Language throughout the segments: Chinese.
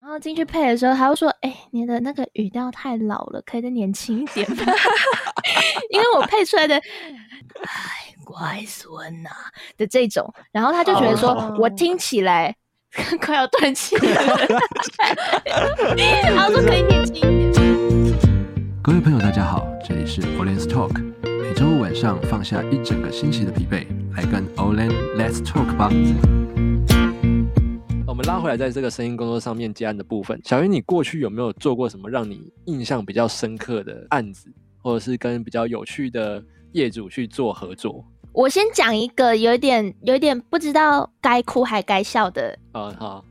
然后进去配的时候，他又说：“哎、你的那个语调太老了，可以再年轻一点吗？” 因为我配出来的“哎，乖孙呐、的这种，然后他就觉得说、我哦听起来 快要断气了， 然后说可以年轻一点。各位朋友，大家好，这里是 Olen's Talk，每周五晚上放下一整个星期的疲惫，来跟 Olen Let's Talk 吧。我们拉回来，在这个声音工作上面接案的部分，小云，你过去有没有做过什么让你印象比较深刻的案子，或者是跟比较有趣的业主去做合作？我先讲一个有一点有一点不知道该哭还该笑的啊、好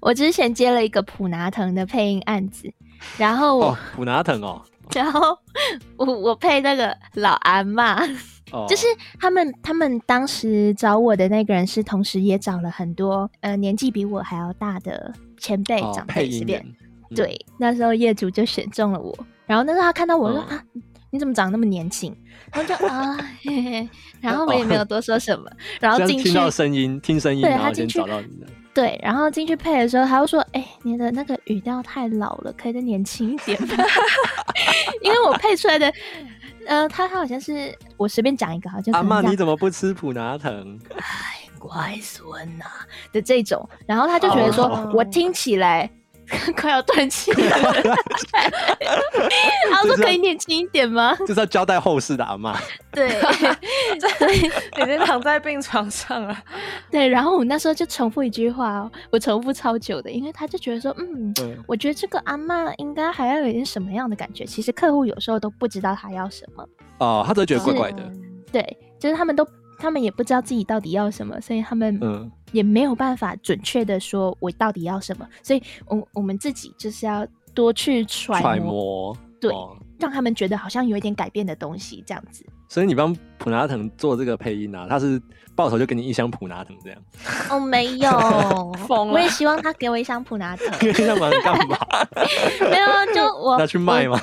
我之前接了一个普拿疼的配音案子，然后我，哦，普拿藤哦，然后我我配那个老阿妈，哦，就是他们他们当时找我的那个人是，同时也找了很多呃年纪比我还要大的前辈、哦长配哎辈随音便员。，嗯，对，那时候业主就选中了我，然后那时候他看到我说、嗯啊，你怎么长那么年轻？然 后就啊，嘿嘿，然后我也没有多说什么，然后哦这样进去听到声音，听声音，对然他后先进去找到你 的。对，然后进去配的时候，他又说：“哎、你的那个语调太老了，可以再年轻一点吗？” 因为我配出来的，呃，他他好像是我随便讲一个，好像阿可妈，能你像怎么不吃普拿藤？乖孙呐、的这种，然后他就觉得说、哦我听起来 快要断气了，他说可以年轻一点吗？ 就是要交代后事的阿 妈。对 已经躺在病床上了，对，然后我那时候就重复一句话、哦，我重复超久的，因为他就觉得说，嗯，嗯我觉得这个阿嬷应该还要有一点什么样的感觉。其实客户有时候都不知道他要什么，哦，他都觉得怪怪的。嗯对，就是他们都他们也不知道自己到底要什么，所以他们嗯，也没有办法准确的说我到底要什么。所以我我们自己就是要多去揣摩，揣摩。对哦让他们觉得好像有一点改变的东西这样子。所以你帮普拿藤做这个配音啊，他是报仇就给你一箱普拿藤这样， 哦，没有 疯，了我也希望他给我一箱普拿 疼，给你一箱普拿藤干嘛？没有啊就我拿去卖我吗？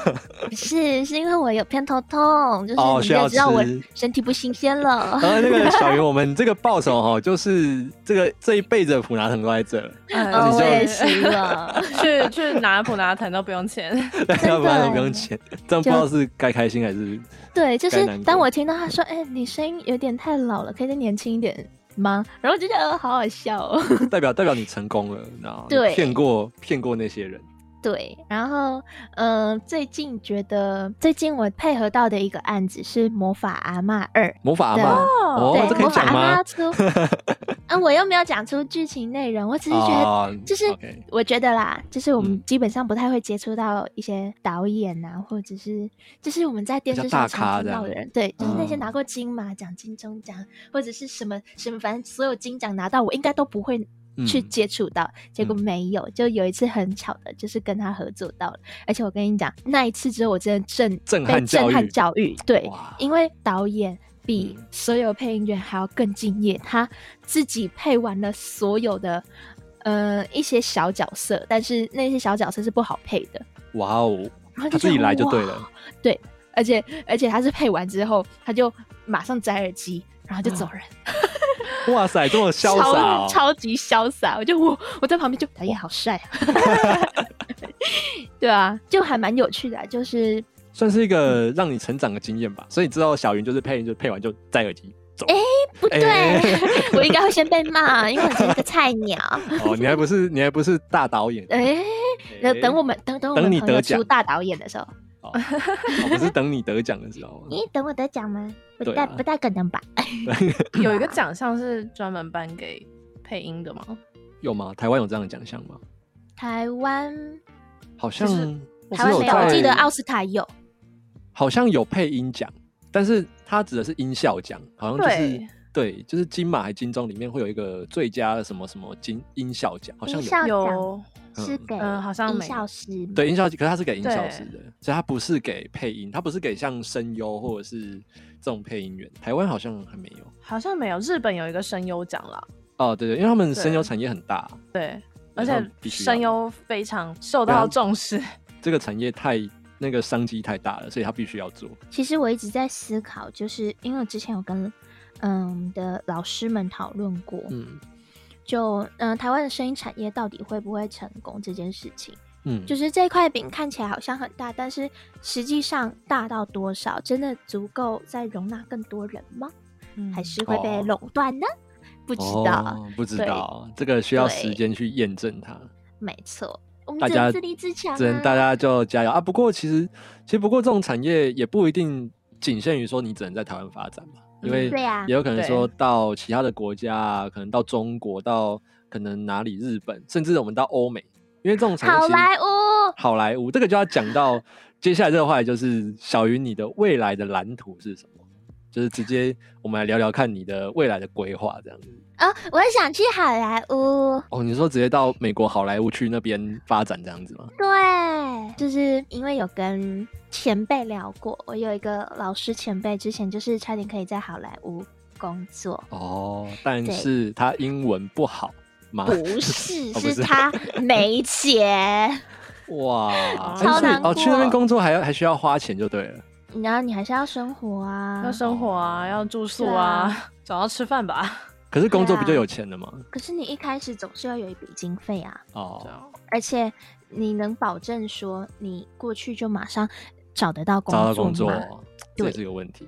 是，是因为我有偏头痛，就是哦你需们要也知道我吃身体不新鲜 了。然后那个小云，我们这个报仇哈，就是这个这一辈子的普拿藤都在 这了，哎哦，你我就也希 望。 去去拿普拿疼都不用钱，大家普拿藤不用耶钱，这样不知道是该开心还是对，就该是难当过我听到他说：“哎、你声音有点太老了，可以再年轻一点吗？”然后我就觉得、呃、好好笑哦。代表代表你成功了，你知道吗？对你骗过骗过那些人。对，然后嗯、呃最近觉得最近我配合到的一个案子是《魔法阿嬷二》，魔法阿妈哦哦，这对，可魔以法讲阿吗嬷？出， 嗯，我又没有讲出剧情内容，我只是觉得啊哦就是，OK 我觉得啦，就是我们嗯基本上不太会接触到一些导演啊，或者是就是我们在电比较视大上咖常听这到样的人，对，就是那些嗯拿过金马奖、金钟奖或者是什么什么，反正所有金奖拿到，我应该都不会去嗯接触到。结果嗯没有，就有一次很巧的，就是跟他合作到了，而且我跟你讲，那一次之后，我真的震震被撼教震育撼教育，对，哇因为导演比嗯所有配音员还要更敬业，他自己配完了所有的呃一些小角色，但是那些小角色是不好配的，哇哦，然后他就自己来就对。哇了，而且而且他是配完之后，他就马上摘耳机，然后就啊走人，哇塞，这么潇洒超哦，超级潇洒。我就我我在旁边就导演好帅、啊， 对啊，就还蛮有趣的啊、就是算是一个让你成长的经验吧。所以你知道小云就是配音，就配完就摘耳机走。不对，哎 我应该会先被骂，因为我是一个菜鸟。哦，你还不是你还不是大导演，哎、那 等我们等等我等们你朋友得奖出大导演的时候，哦，哦不是等你得奖的时候。 咦，等我得奖吗？不对太、啊不太可能吧？有一个奖项是专门颁给配音的吗？有吗？台湾有这样的奖项吗？台湾好像就是我台湾只有没有，我在记得啊奥斯卡有。好像有配音奖，但是它指的是音效奖，好像 就是对对，就是金马还金钟里面会有一个最佳什么什么金音效奖，好像音有效奖有，是嗯给嗯好像音没效师对音效，可是它是给音效对师的，所以它不是给配音，它不是给像声优或者是这种配音员。台湾好像还没有好像没有。日本有一个声优奖啦，哦，对对，因为他们声优对产业很大，对，对而他们必且须要声优非常受对啊到重视。这个产业太那个商机太大了，所以他必须要做。其实我一直在思考，就是因为我之前有跟嗯我们的老师们讨论过，嗯，就嗯、呃台湾的声音产业到底会不会成功这件事情。嗯，就是这块饼看起来好像很大，但是实际上大到多少，真的足够再容纳更多人吗？嗯还是会被哦垄断呢？不知道，哦、不知对道，这个需要对时间去验证它。没错，我们大只能家自立自强、啊，只能大家就加油啊！不过其实，其实不过这种产业也不一定仅限于说你只能在台湾发展嘛，因为嗯对啊也有可能对说到其他的国家啊，可能到中国，到可能哪里日本，甚至我们到欧美，因为这种产业好其实莱坞好莱坞这个就要讲 到接下来这个话题，就是小于你的未来的蓝图是什么？就是直接我们来聊聊看你的未来的规划这样子。哦，我想去好莱坞。哦，你说直接到美国好莱坞去那边发展这样子吗？对，就是因为有跟前辈聊过，我有一个老师前辈之前就是差点可以在好莱坞工作，哦，但对是他英文不好 吗？不是，哦不是是他没钱。哇，哎超所以难哦，去那边过工作还要还需要花钱就对了。然后你还是要生活啊 要，生活啊，要住宿对啊啊，找到吃饭吧。可是工作对啊不就有钱了吗？可是你一开始总是要有一笔经费啊，这哦，样而且你能保证说你过去就马上找得到工找到作工作吗？这对也是个问题。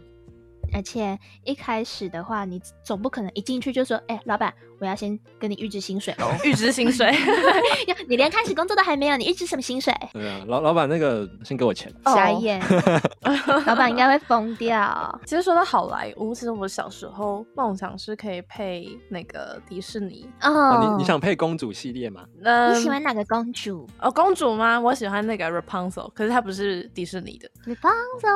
而且一开始的话，你总不可能一进去就说：“哎、老板，我要先跟你预支薪水哦。预支 薪 水，要”你连开始工作都还没有，你预支什么薪水？对啊，老老板那个先给我钱。傻眼，老板应该会疯 掉。其实说到好莱坞，其实我小时候梦想是可以配那个迪士尼。哦哦，你你想配公主系列吗？那你喜欢哪个公主？哦公主吗？我喜欢那个 Rapunzel，可是它不是迪士尼的。你放松，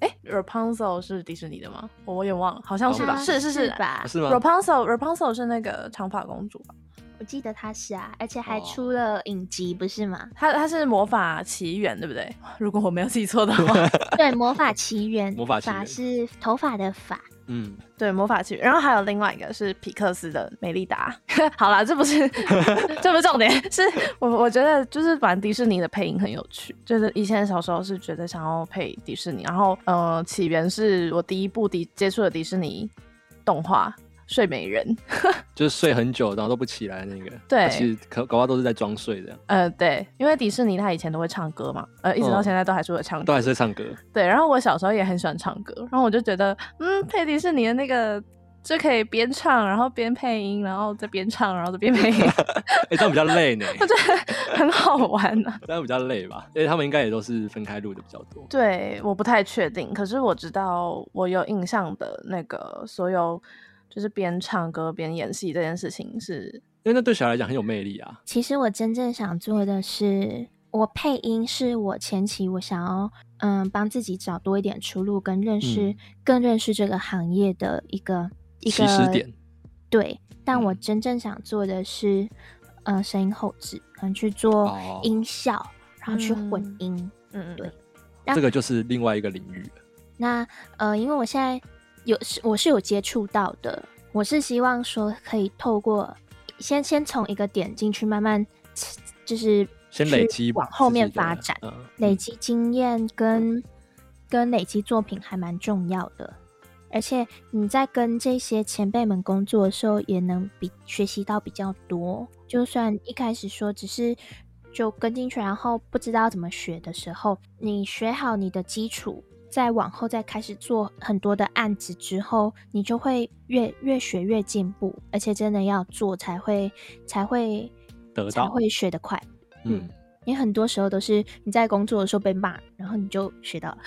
哎，Rapunzel 是迪士尼的吗？我有点忘了，好像哦是吧？她是是是啊吧？是吗？ Rapunzel Rapunzel 是那个长发公主吧？？我记得她是啊，而且还哦出了影集，不是吗 她她是魔法奇缘，对不对？如果我没有记错的话，对，《魔法奇缘》，魔法奇缘是头发的发，嗯，对，魔法奇缘。然后还有另外一个是皮克斯的《美丽达》。 好啦，这不是这不是重点，是我我觉得就是反正迪士尼的配音很有趣。就是以前小时候是觉得想要配迪士尼，然后呃，起源是我第一部迪接触的迪士尼动画《睡美人》。就是睡很久然后都不起来的那个。对啊其实可搞不好都是在装睡的，呃，对，因为迪士尼它以前都会唱歌嘛，呃，一直到嗯现在都还是会唱歌。都还是在唱歌。对，然后我小时候也很喜欢唱歌，然后我就觉得，嗯，配迪士尼的那个就可以边唱，然后边配音，然后再边唱，然后再边配音，哎，这样比较 累呢， 我觉得很好玩啊呢、这样比较累吧？因为他们应该也都是分开录的比较多。 对，我不太确定，可是我知道我有印象的那个所有，就是边唱歌边演戏这件事情是，因为那对小孩来讲很有魅力啊。其实我真正想做的是，我配音是我前期我想要嗯帮自己找多一点出路，跟认识、嗯更认识这个行业的一个一起始个点。对，但我嗯真正想做的是，呃，声音后置，可能去做哦音效，然后去混嗯音。嗯，对那这个就是另外一个领域了。那呃，因为我现在有是我是有接触到的，我是希望说可以透过先先从一个点进去，慢慢就是先累去积往后自己面的发展，嗯累嗯积经验跟跟累积作品还蛮重要的。而且你在跟这些前辈们工作的时候，也能比学习到比较多。就算一开始说只是就跟进去，然后不知道怎么学的时候，你学好你的基础，再往后再开始做很多的案子之后，你就会越越学越进步。而且真的要做才会才会得才到会学得快。嗯，因为很多时候都是你在工作的时候被骂，然后你就学到了。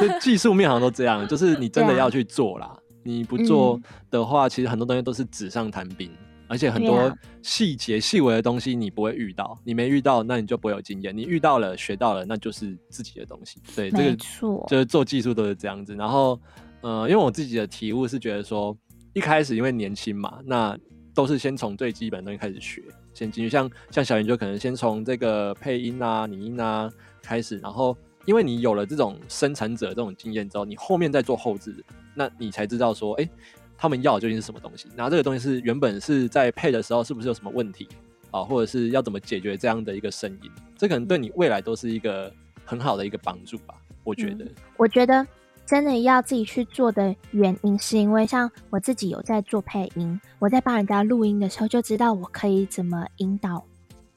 这技术面好像都这样，就是你真的对啊嗯要去做啦。你不做的话，其实很多东西都是纸上谈兵，而且很对多啊细节细微的东西你不会遇到，你没遇到，那你就不会有经验。你遇到了，学到了，那就是自己的东西。对，这没个错，就是做技术都是这样子。然后，呃，因为我自己的体悟是觉得说，一开始因为年轻嘛，那都是先从最基本的东西开始学，先进去。像像小云就可能先从这个配音啊、拟音啊开始，然后因为你有了这种生产者这种经验之后，你后面再做后置，那你才知道说，哎、他们要的究竟是什么东西？然后这个东西是原本是在配的时候是不是有什么问题啊，或者是要怎么解决这样的一个声音？这可能对你未来都是一个很好的一个帮助吧，我觉得。我觉得真的要自己去做的原因，是因为像我自己有在做配音，我在帮人家录音的时候就知道我可以怎么引导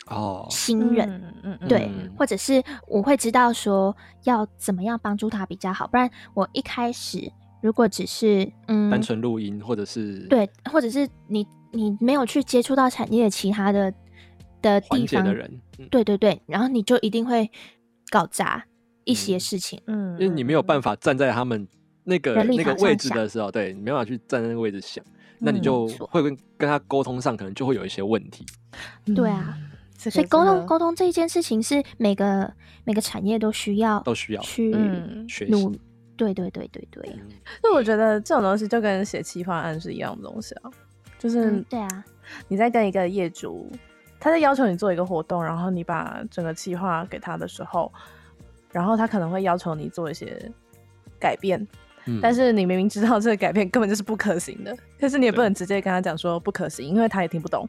哦，新人，嗯嗯嗯对嗯，或者是我会知道说要怎么样帮助他比较好，不然我一开始如果只是嗯单纯录音或者是对，或者是你你没有去接触到产业其他的的环地节方的人，嗯对对对，然后你就一定会搞砸一些嗯事情。嗯，因为你没有办法站在他们那个人力那个场上位置想的时候，对你没办法去站在那个位置想，那你嗯就错会跟跟他沟通上可能就会有一些问题。嗯对啊，这个所以沟真通的沟通这一件事情是每个每个产业都需要都需要去嗯学努啊习。。对对对对对，嗯所以我觉得这种东西就跟写企划案是一样的东西啊，就是嗯，对啊，你在跟一个业主，他在要求你做一个活动，然后你把整个企划给他的时候，然后他可能会要求你做一些改变， 嗯但是你明明知道这个改变根本就是不可行的，但是你也不对能直接跟他讲说不可行，因为他也听不懂。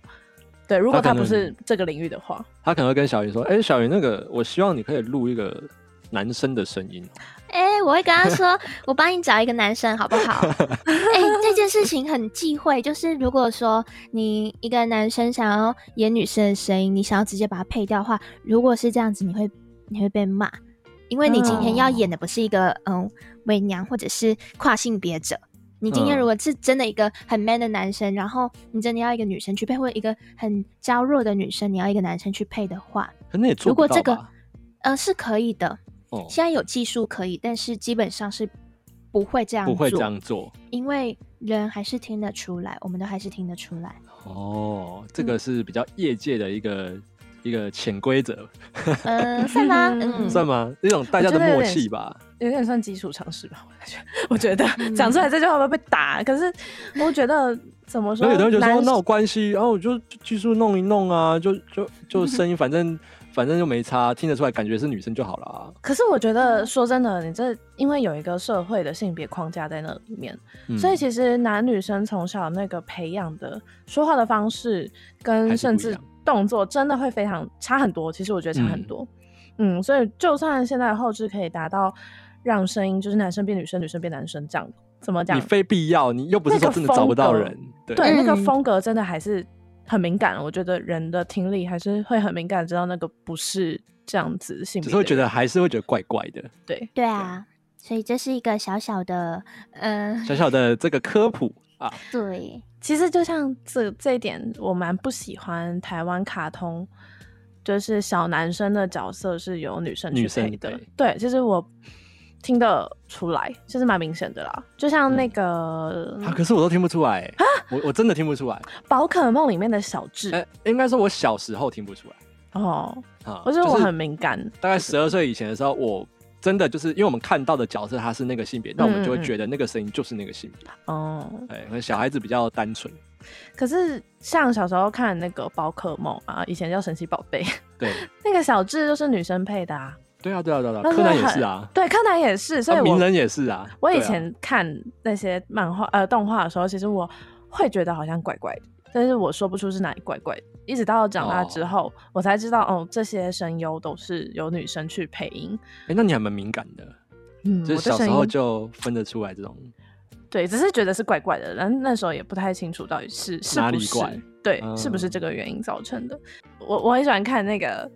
对，如果他他啊可不能是这个领域的话，他可能会跟小云说：“哎，小云，那个我希望你可以录一个男生的声音。哦哎、我会跟他说，我帮你找一个男生好不好？ 哎、这件事情很忌讳，就是如果说你一个男生想要演女生的声音，你想要直接把它配掉的话，如果是这样子，你会你会被骂，因为你今天哦要演的不是一个嗯伪娘或者是跨性别者。你今天嗯如果是真的一个很 man 的男生，然后你真的要一个女生去配，或者一个很娇弱的女生，你要一个男生去配的话，”可能也做如不果到这个吧呃，是可以的。哦，现在有技术可以，但是基本上是不会这样不会这做样做因为人还是听得出来，我们都还是听得出 来。哦。这嗯个是比较业界的一个一个潜规则，嗯，算吧，嗯，算吗？一种大家的我觉得有默点契吧。有点算基础常识吧，我感觉。我觉得嗯讲出来这句话会被打，可是我觉得怎么说然后有男，的人就说：“那我关系，然后我就就技术弄一弄啊，就就嗯就声音，反正反正就没差，听得出来，感觉是女生就好了啊。可是我觉得说真的，你这因为有一个社会的性别框架在那里面，嗯”所以其实男女生从小那个培养的说话的方式还跟是不甚一至样动作真的会非常差很多。其实我觉得差很嗯多，嗯所以就算现在的后置可以达到让声音就是男生变女生，女生变男生这样，怎么讲你？非必要，你又不是说真的找不到人，对，那个嗯风格真的还是很敏感。我觉得人的听力还是会很敏感，知道那个不是这样子性别只的人，是会觉得还是会觉得怪怪的。对。对啊，所以这是一个小小的，嗯、小小的这个科普啊，对，其实就像这这一点，我蛮不喜欢台湾卡通，就是小男生的角色是由女生去女生配的配。对，其实我听得出来，就是蛮明显的啦。就像嗯那个啊，可是我都听不出来、欸，啊我我真的听不出来。宝可梦里面的小智、哎、应该说我小时候听不出来哦，啊，我觉就得是我很敏感。大概十二岁以前的时候，我真的就是因为我们看到的角色他是那个性别，那我们就嗯会觉得那个声音就是那个性别。哦，哎、可能小孩子比较单纯，可是像小时候看那个宝可梦啊，以前叫神奇宝贝， 对，那个小智就是女生配的啊。对啊，对啊，对啊，但是柯南也很是啊，对，柯南也是，所以啊我、鸣人也是啊，我以对啊前看那些漫画呃动画的时候，其实我会觉得好像怪怪的，但是我说不出是哪里怪怪的。一直到长大之后，我才知道哦，这些声优都是由女生去配音。哎、那你还蛮敏感的，嗯，就我是的小时声候音就分得出来这种，对，只是觉得是怪怪的，然后那时候也不太清楚到底是是哪不里是怪对、嗯是不是这个原因造成的。我我很喜欢看那个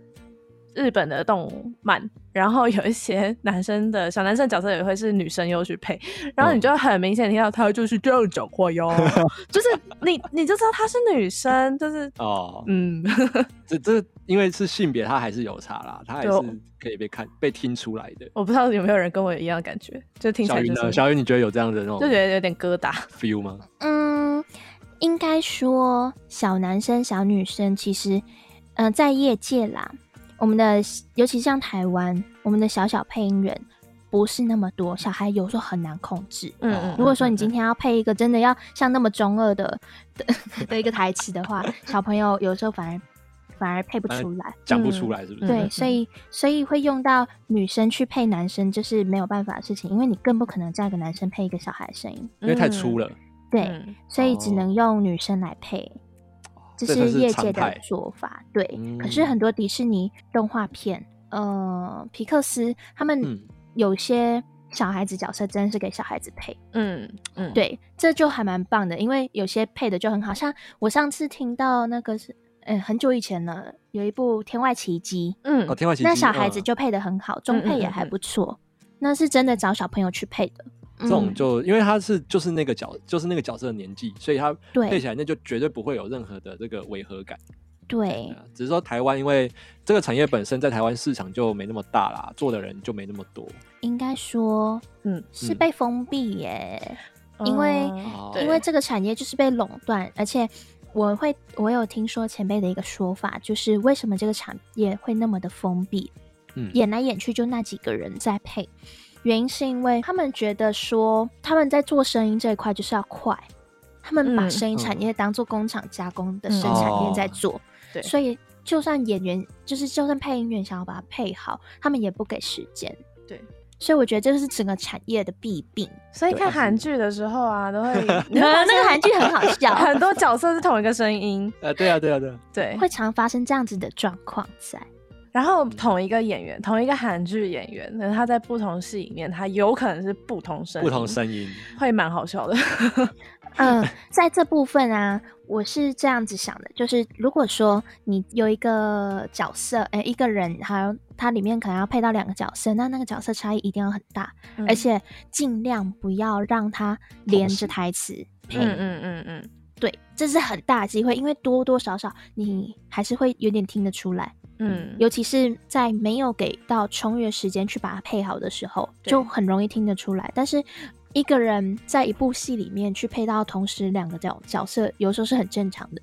日本的动漫，然后有一些男生的小男生角色也会是女生优去配，然后你嗯就很明显听到他就是这样讲 话哟，就是你你就知道她是女生，就是哦，嗯， 这这因为是性别，它还是有差啦，它还对是可以被看被听出来的。我不知道有没有人跟我有一样的感觉，就听起小来云就呢？是小云，哦你觉得有这样的那种就觉得有点疙瘩。 feel 吗？嗯，应该说小男生、小女生其实，嗯、在业界啦，我们的尤其像台湾，我们的小小配音员不是那么多，小孩有时候很难控制。嗯哦嗯，如果说嗯你今天要配一个真的要像那么中二的 的的一个台词的话， 小朋友有时候反而反而配不反而出来。讲不出来是不是？对，嗯所以所以会用到女生去配男生，就是没有办法的事情，因为你更不可能叫一个男生配一个小孩的声音。因为太粗了。嗯对，哦嗯所以只能用女生来配，这这才是是业常界的态做法。对，可是嗯很多迪士尼动画片，呃，皮克斯他们嗯有些小孩子角色真的是给小孩子配。嗯嗯，，对，这就还蛮棒的，因为有些配的就很好，像我上次听到那个是，呃，很久以前了，有一部《天外奇迹嗯哦，天外》，奇迹，那小孩子嗯就配的很好，中嗯配也嗯还嗯不错，那是真的找小朋友去配的。嗯这嗯种就因为他是就是那个角就是那个角色的年纪，所以他对配起来那就绝对不会有任何的这个违和感。对对啊只是说台湾因为这个产业本身在台湾市场就没那么大啦，做的人就没那么多。应该说嗯，是嗯被封闭耶，因为嗯哦对因为这个产业就是被垄断，而且我会我有听说前辈的一个说法，就是为什么这个产业会那么的封闭，嗯演来演去就那几个人在配，原因是因为他们觉得说他们在做声音这一块就是要快。他们把嗯声音产嗯业当做工厂加工的生产链在哦做，对所以就算演员就是就算配音员想要把它配好，他们也不给时间。对，所以我觉得这是整个产业的弊 病。所以对看它是韩剧的时候啊，都会你会发那现个韩剧很好笑， 很多角色是同一个声音，呃，对啊，对啊，对啊，对，会常发生这样子的状况在。然后同一个演员，同一个韩剧演员，可能他在不同戏里面，他有可能是不同声，不同，声音，会蛮好笑的。嗯，在这部分啊，我是这样子想的，就是如果说你有一个角色，呃，一个人，他他里面可能要配到两个角色，那那个角色差异一定要很大，嗯而且尽量不要让他连时着台词配。嗯，嗯嗯嗯对，这是很大的机会，因为多多少少你还是会有点听得出来，嗯嗯，尤其是在没有给到充裕的时间去把它配好的时候，对就很容易听得出来。但是一个人在一部戏里面去配到同时两个角角色，有时候是很正常的，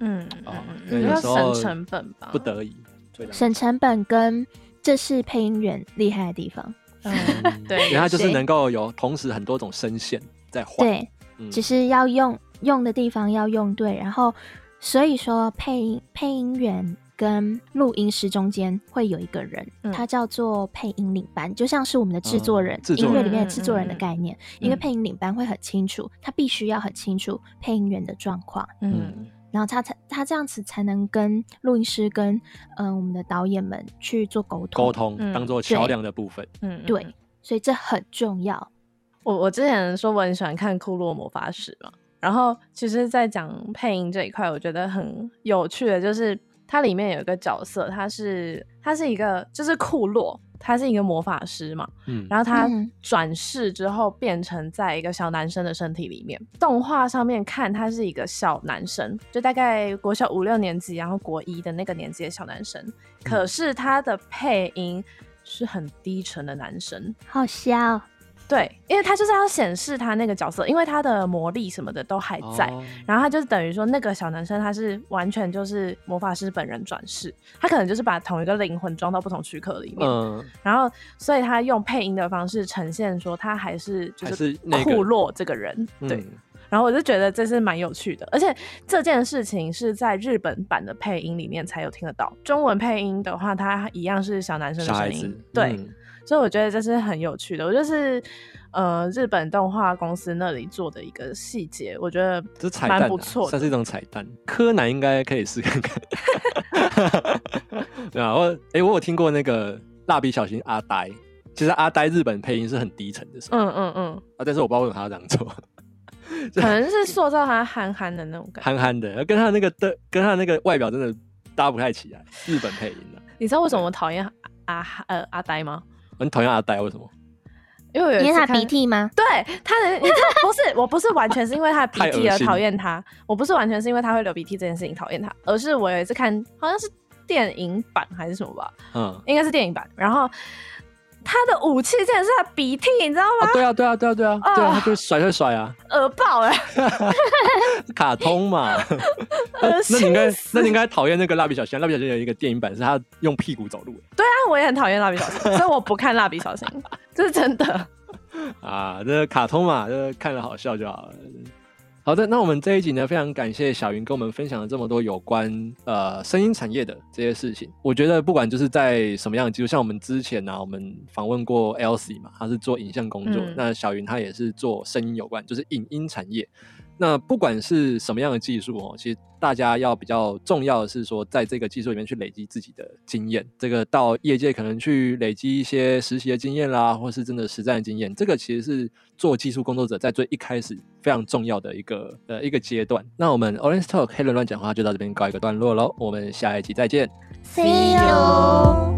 嗯嗯哦嗯，对嗯有要时候省成本吧，不得已，对的。省成本跟这是配音员厉害的地方。嗯， 嗯对因为它就是谁能够有同时很多种声线在换，对，嗯，只是要用用的地方要用对，然后所以说配音配音员跟录音师中间会有一个人，嗯他叫做配音领班，就像是我们的制作人，嗯制作音乐人里面的制作人的嗯嗯嗯概念，嗯因为配音领班会很清楚，他必须要很清楚配音员的状况。嗯然后他才他这样子才能跟录音师跟嗯、呃我们的导演们去做沟通，沟通嗯当做桥梁的部分，嗯，嗯对，所以这很重要。我我之前说我很喜欢看《库洛魔法使》嘛，然后其实，在讲配音这一块，我觉得很有趣的，就是它里面有一个角色，他是他是一个就是库洛，他是一个魔法师嘛，嗯，然后他嗯转世之后变成在一个小男生的身体里面。动画上面看他是一个小男生，就大概国小五六年级，然后国一的那个年级的小男生，可是他的配音是很低沉的男生。好笑哦，对，因为他就是要显示他那个角色，因为他的魔力什么的都还在。哦然后他就是等于说，那个小男生他是完全就是魔法师本人转世，他可能就是把同一个灵魂装到不同躯壳里面，嗯，然后所以他用配音的方式呈现说他还是就还是是那个库洛这个人，对。嗯，然后我就觉得这是蛮有趣的，而且这件事情是在日本版的配音里面才有听得到，中文配音的话，它一样是小男生的小孩声子音，，对，嗯所以我觉得这是很有趣的。我就是呃，日本动画公司那里做的一个细节，我觉得这是彩蛋蛮啊不错算的。是一种彩蛋。柯南应该可以试看 看。对啊，我哎、我有听过那个蜡笔小新阿呆，其实阿呆日本配音是很低沉的声音、嗯 嗯嗯，啊，但是我不知道为什么他要这样做，可能是塑造他憨憨的那种感觉。憨憨的，跟他那个的跟他那个外表真的搭不太起来。日本配音啊的、你知道为什么我讨厌阿阿呃阿呆吗？很讨厌阿呆，为什么？因为我有一因次为他看鼻。涕吗？对他的，你知道不是，我不是完全是因为他的鼻太涕恶而心讨厌他，我不是完全是因为他会流鼻涕这件事情讨厌他，而是我有一次看好像是电影版还是什么吧，嗯，哦，应该是电影版，然后他的武器竟然是他的鼻涕，你知道吗？对啊，对啊，对啊，对啊，对啊，啊他就甩甩甩啊，恶爆欸了！卡通嘛。那恶 那你应该心呃死那你应该讨厌那个蜡笔小新，蜡笔小新有一个电影版是他用屁股走路但啊我也很讨厌蜡笔小新，所以我不看蜡笔小新，这是真的。啊，这卡通嘛，这看了好笑就好了。好的，那我们这一集呢，非常感谢小云跟我们分享了这么多有关呃声音产业的这些事情。我觉得不管就是在什么样的技术，像我们之前呢、我们访问过 Elsie 嘛，她是做影像工作，嗯那小云她也是做声音有关，就是影音产业。那不管是什么样的技术哦，其实大家要比较重要的是说，在这个技术里面去累积自己的经验，这个到业界可能去累积一些实习的经验啦，或是真的实战的经验，这个其实是做技术工作者在最一开始非常重要的一个呃一个阶段。那我们 Orange Talk 黑人乱讲话就到这边告一个段落喽，我们下一集再见。 See you。